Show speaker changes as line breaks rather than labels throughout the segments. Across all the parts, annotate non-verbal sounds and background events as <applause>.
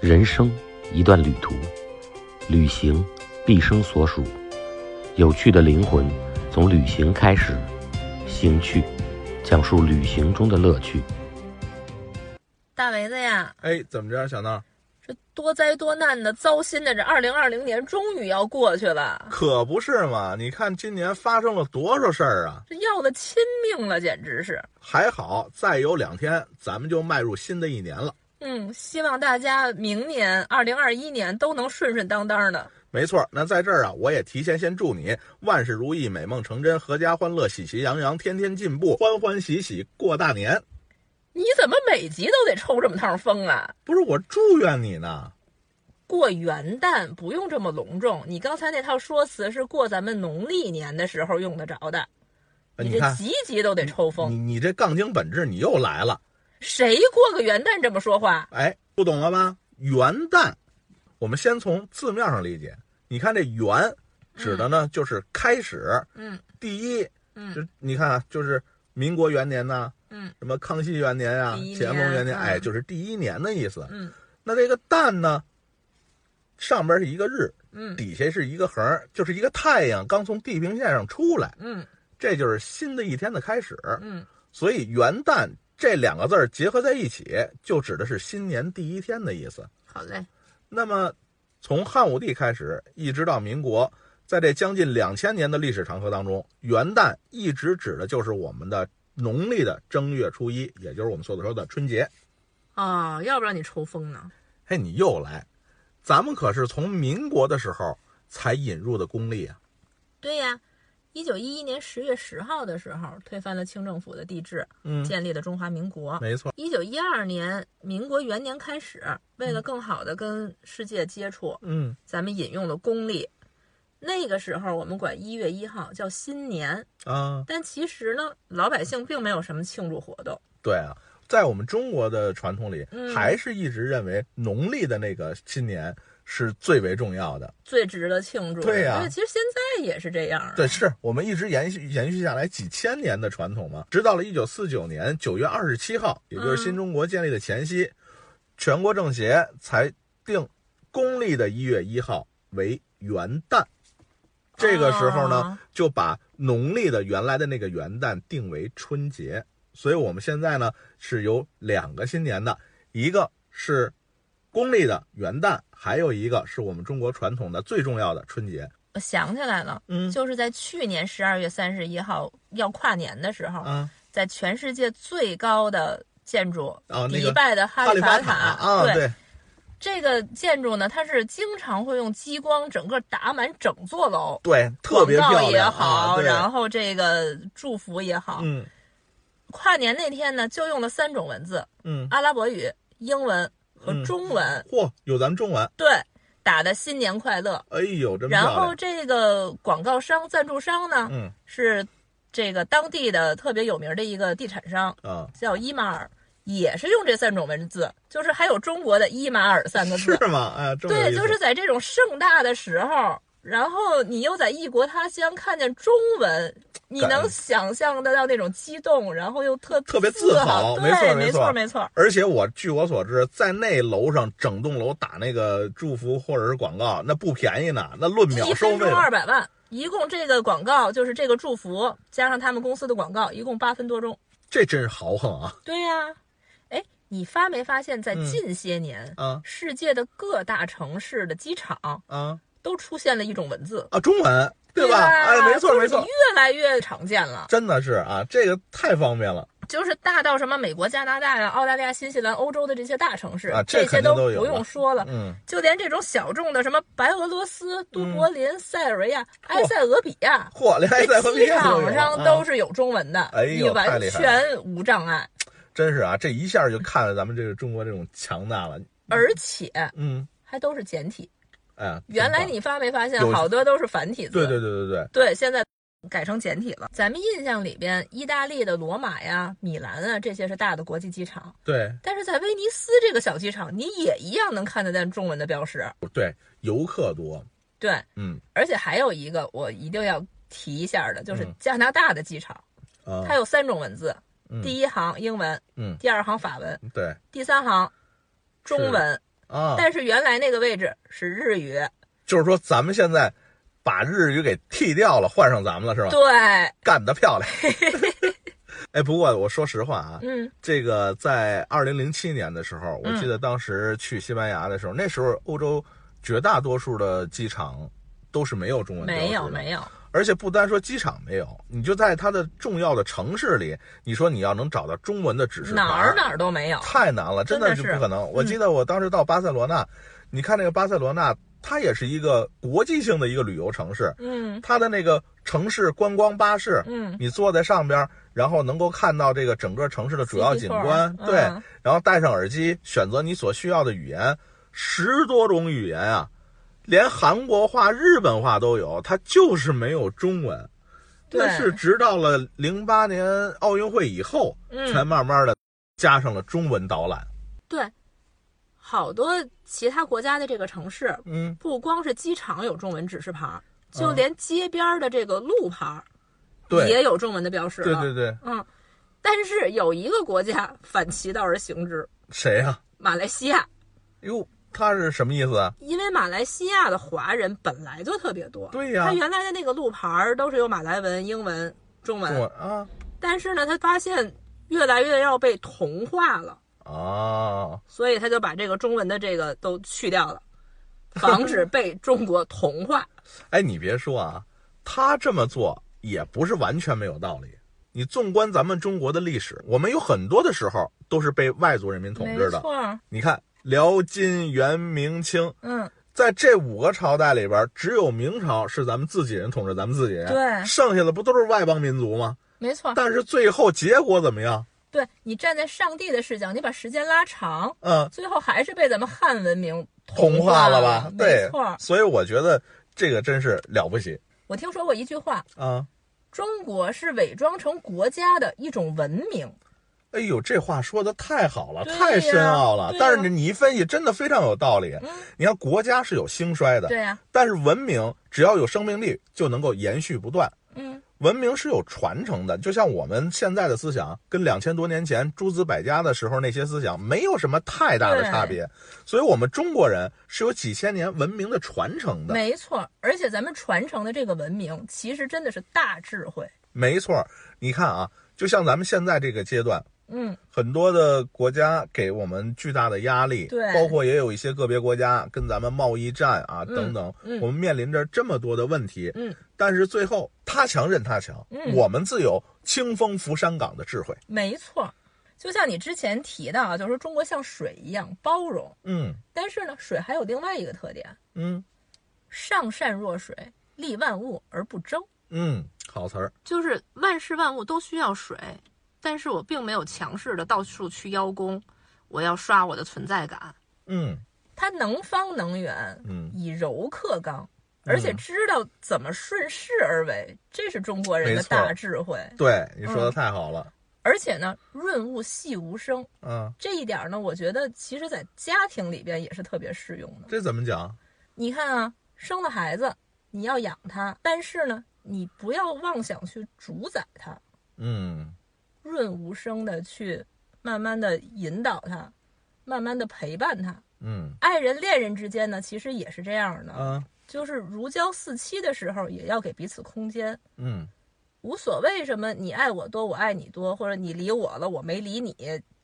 人生一段旅途，旅行毕生所属。有趣的灵魂从旅行开始，行去，讲述旅行中的乐趣。
大梅子呀，
哎，怎么着，小闹？
这多灾多难的、糟心的，这二零二零年终于要过去了，
可不是嘛！你看今年发生了多少事儿啊！
这要的亲命了，简直是。
还好，再有两天咱们就迈入新的一年了。
嗯，希望大家明年二零二一年都能顺顺当当的。
没错，那在这儿啊，我也提前先祝你万事如意、美梦成真、阖家欢乐、喜气洋洋、天天进步、欢欢喜喜过大年。
你怎么每集都得抽这么趟风啊？
不是我祝愿你呢，
过元旦不用这么隆重，你刚才那套说辞是过咱们农历年的时候用得着的。
哎
你
你
这
看
集集都得抽
你
风，
你这杠精本质你又来了，
谁过个元旦这么说话？
哎，不懂了吧？元旦，我们先从字面上理解，你看这元指的呢、就是开始，
嗯
第一，
嗯
就你看啊，就是民国元年呐、
嗯，
什么康熙元年呀、
第一年
乾隆元年，
嗯
哎，就是第一年的意思。
嗯
那这个旦呢，上边是一个日，
嗯
底下是一个横，就是一个太阳刚从地平线上出来，
嗯
这就是新的一天的开始。
嗯，
所以元旦这两个字儿结合在一起，就指的是新年第一天的意思。
好嘞，
那么，从汉武帝开始，一直到民国，在这将近两千年的历史长河当中，元旦一直指的就是我们的农历的正月初一，也就是我们所说的春节。
哦，要不然你抽风呢？
嘿，你又来，咱们可是从民国的时候才引入的公历啊。
对呀，一九一一年十月十号的时候，推翻了清政府的帝制，
嗯，
建立了中华民国。
没错，
一九一二年，民国元年开始，为了更好的跟世界接触，
嗯，
咱们引用了公历。那个时候，我们管一月一号叫新年，
啊，
但其实呢，老百姓并没有什么庆祝活动。
对啊。在我们中国的传统里，
嗯
还是一直认为农历的那个新年是最为重要的。
最值得庆祝的，
对呀
而且其实现在也是这样啊。
对，是我们一直延续延续下来几千年的传统嘛。直到了一九四九年九月二十七号，也就是新中国建立的前夕，全国政协才定公历的一月一号为元旦。这个时候呢，
哦
就把农历的原来的那个元旦定为春节。所以我们现在呢是有两个新年的，一个是公历的元旦，还有一个是我们中国传统的最重要的春节。
我想起来了，
嗯
就是在去年十二月三十一号要跨年的时候，
啊。
在全世界最高的建筑、
哦那个
迪拜的哈
哈利
利
法
塔，
啊，
对，这个建筑呢，它是经常会用激光整个打满整座楼，
对，特别
广告
漂
也
亮
好，
啊、对
然后这个祝福也好。
嗯
跨年那天呢，就用了三种文字：
嗯，
阿拉伯语、英文和
嗯
中文。
嚯，有咱们中文，
对，打的新年快乐。
哎呦，真漂
然
亮。
后这个广告商、赞助商呢，
嗯
是这个当地的特别有名的一个地产商， <laughs>
啊，
叫伊马尔，也是用这三种文字，就是还有中国的伊马尔三个
是
字。
吗？哎呀，这么有
<laughs> 对，
意思
就是在这种盛大的时候，然后你又在异国他乡看见中文，你
感
能想象得到那种激动，然后又特
特别自
自
豪没
对，
错没
没
错
没错。
而且我据我所知，在那楼上整栋楼打那个祝福或者是广告，那不便宜呢，那论秒
一
收
分
费
钟二
了。
百万，一共这个广告就是这个祝福加上他们公司的广告，一共八分多钟。
这真是豪横啊
对呀、哎，你发没发现，在
嗯
近些年，
啊
世界的各大城市的机场
啊
都出现了一种文字，
啊！中文对吧？哎，没错
啊就是
没错，
越来越常见了。
真的是啊，这个太方便了。
就是大到什么美国、加拿大呀、澳大利亚、新西兰、欧洲的这些大城市，
啊这
这些
肯定
都
都有
不用
了
说了。
嗯，
就连这种小众的，什么白俄罗斯、都柏林、塞尔维亚、埃塞俄比亚，
嚯，连嗯埃塞俄比
机
亚都有
场
啊
上都是有中文的，
哎呦
你完
太厉害
全无障碍。
真是啊，这一下就看了咱们这个中国这种强大了。
而且
嗯，
还都是简体。
哎呀，
原来
真棒
你发没发现
有
好多都是繁体字？
对对对对对，
对现在改成简体了。咱们印象里边，意大利的罗马呀、米兰啊，这些是大的国际机场，
对
但是在威尼斯这个小机场，你也一样能看得见中文的标识。
对，游客多，
对，
嗯
而且还有一个我一定要提一下的，就是
嗯
加拿大的机场，
啊
它，有三种文字，
嗯
第一行英文，
嗯
第二行法文，
对，
第三行中文，
啊，
但是原来那个位置是日语，
就是说咱们现在把日语给剃掉了，换上咱们了是吧？
对，
干
<laughs>
得漂亮。哎，不过我说实话啊，
嗯
这个在二零零七年的时候，我
嗯
记得当时去西班牙的时候，那时候欧洲绝大多数的机场都是没有中文标志的，
没有没有，
而且不单说机场没有，你就在它的重要的城市里，你说你要能找到中文的指示牌，
哪儿哪儿都没有。
太难了，真
真的嗯
就是不可能。我记得我当时到巴塞罗那，你看那个巴塞罗那，它也是一个国际性的一个旅游城市，
嗯
它的那个城市观光巴士，
嗯，
你坐在上边，然后能够看到这个整个城市的主要景观，
西西
对
托尔嗯，
然后戴上耳机，选择你所需要的语言，啊十多种语言啊，连韩国话、日本话都有，它就是没有中文。
对
那是直到了零八年奥运会以后，
嗯
才慢慢的加上了中文导览。
对，好多其他国家的这个城市，
嗯，
不光是机场有中文指示牌儿，就
嗯
连街边儿的这个路牌儿
对，
也有中文的标识
对
了。
对对，
嗯，但是有一个国家 <laughs> 反其道而行之，
谁呀、
马来西亚，
哟，他是什么意思啊？
因为马来西亚的华人本来就特别多，
对呀
他原来的那个路牌儿都是有马来文、英文、中文，
中文啊
但是呢，他发现越来越要被同化了。
啊，
所以他就把这个中文的这个都去掉了，防止被中国同化。
哎，你别说啊，他这么做也不是完全没有道理。你纵观咱们中国的历史，我们有很多的时候都是被外族人民 <laughs> 统治的。
错，
你看，辽、金、元、明清，
嗯，
在这五个朝代里边，只有明朝是咱们自己人统治咱们自己人，
对
剩下的不都是外邦民族吗？
没错。
但是最后结果怎么样？
对你站在上帝的视角，你把时间拉长，
嗯，
最后还是被咱们汉文明
同
化
化了吧？
没
对
错，。
所以我觉得这个真是了不起
我听说过一句话，
啊！
中国是伪装成国家的一种文明。
哎呦，这话说的太好了，
对呀
太深奥了。
对呀嗯
但是你一分析，真的非常有道理。你看，国家是有兴衰的，
对呀、
但是文明只要有生命力，就能够延续不断。
嗯，
文明是有传承的，就像我们现在的思想跟两千多年前诸子百家的时候那些思想没有什么太大的差别，所以我们中国人是有几千年文明的传承的，没
没错。而且咱们传承的这个文明，其实真的是大智慧。
错儿。你看啊，就像咱们现在这个阶段，
嗯，
很多的国家给我们巨大的压力，
对
包括也有一些个别国家跟咱们贸易战啊、
嗯
等等，
嗯
我们面临着这么多的问题，
嗯，
但是最后他强任他强，
嗯
我们自有清风拂山岗的智慧，
没错，就像你之前提到啊，就是说中国像水一样包容，
嗯
但是呢，水还有另外一个特点：
嗯。
上善若水，利万物而不争。
嗯，好词儿。
就是万事万物都需要水，但是我并没有强势的到处去邀功，我要刷我的存在感。
嗯
它能方能圆，
嗯
以柔克刚，而且知道怎么顺势而为，这是中国人
没
的
错
大智慧。，
对，你说的太好了。
而且呢，润物细无声，
嗯，
这一点儿呢，我觉得其实在家庭里边也是特别适用的。
这怎么讲？
你看啊，生了孩子，你要养他，但是呢，你不要妄想去主宰他，
嗯，
润无声的去慢慢的引导他，慢慢的陪伴他。
嗯
爱人、恋人之间呢，其实也是这样的，
啊，
就是如胶似漆的时候，也要给彼此空间。
嗯
无所谓什么你爱我多，我爱你多，或者你理我了，我没理你，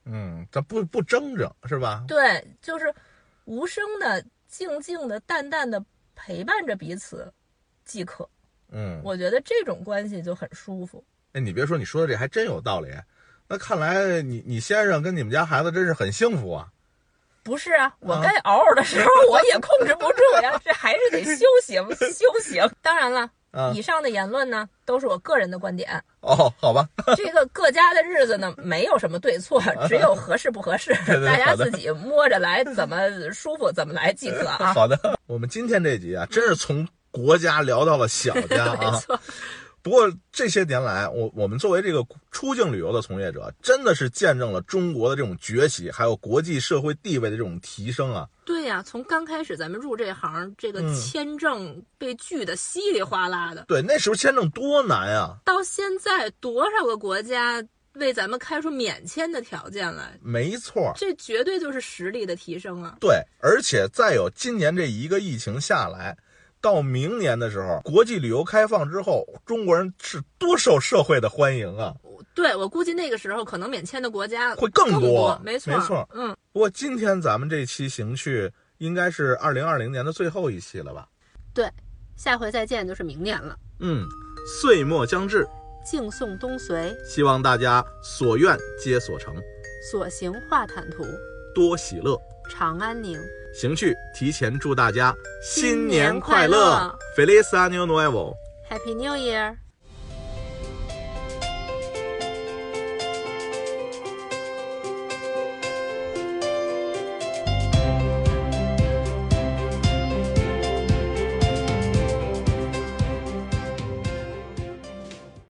嗯，咱不不争着是吧？
对，就是无声的、静静的、淡淡的陪伴着彼此即可。
嗯，
我觉得这种关系就很舒服。
哎，你别说，你说的这还真有道理。那看来你你先生跟你们家孩子真是很幸福啊。
不是啊，我该嗷嗷的时候我也控制不住呀，这还是得修
<laughs>
行修行。当然了，
啊
以上的言论呢都是我个人的观点，
哦，好吧， <laughs>
这个各家的日子呢没有什么对错，只有合适不合适，
啊对对
大家
好的
自己摸着来，怎么舒服怎么来即可啊。
好的。我们今天这集啊，真是从国家聊到了小家
没
啊。
错，
不过这些年来，我我们作为这个出境旅游的从业者，真的是见证了中国的这种崛起，还有国际社会地位的这种提升啊。
对呀、从刚开始咱们入这行，这个
嗯
签证被拒的稀里哗啦的，
对，那时候签证多难啊！
到现在多少个国家为咱们开出免签的条件来，
没错，
这绝对就是实力的提升啊！
对，而且再有今年这一个疫情下来，到明年的时候，国际旅游开放之后，中国人是多受社会的欢迎啊！
对我估计那个时候可能免签的国家
会
更
更多
没错，
没错
嗯，
不过今天咱们这期行去应该是二零二零年的最后一期了吧？
对，下回再见就是明年了。
嗯，岁末将至，
敬送东随，
希望大家所愿皆所成，
所行化坦途，
多喜乐。
长安宁。
行去，提前祝大家
新
新
年
年
快
快
乐
乐，Feliz Año Nuevo。
Happy New Year！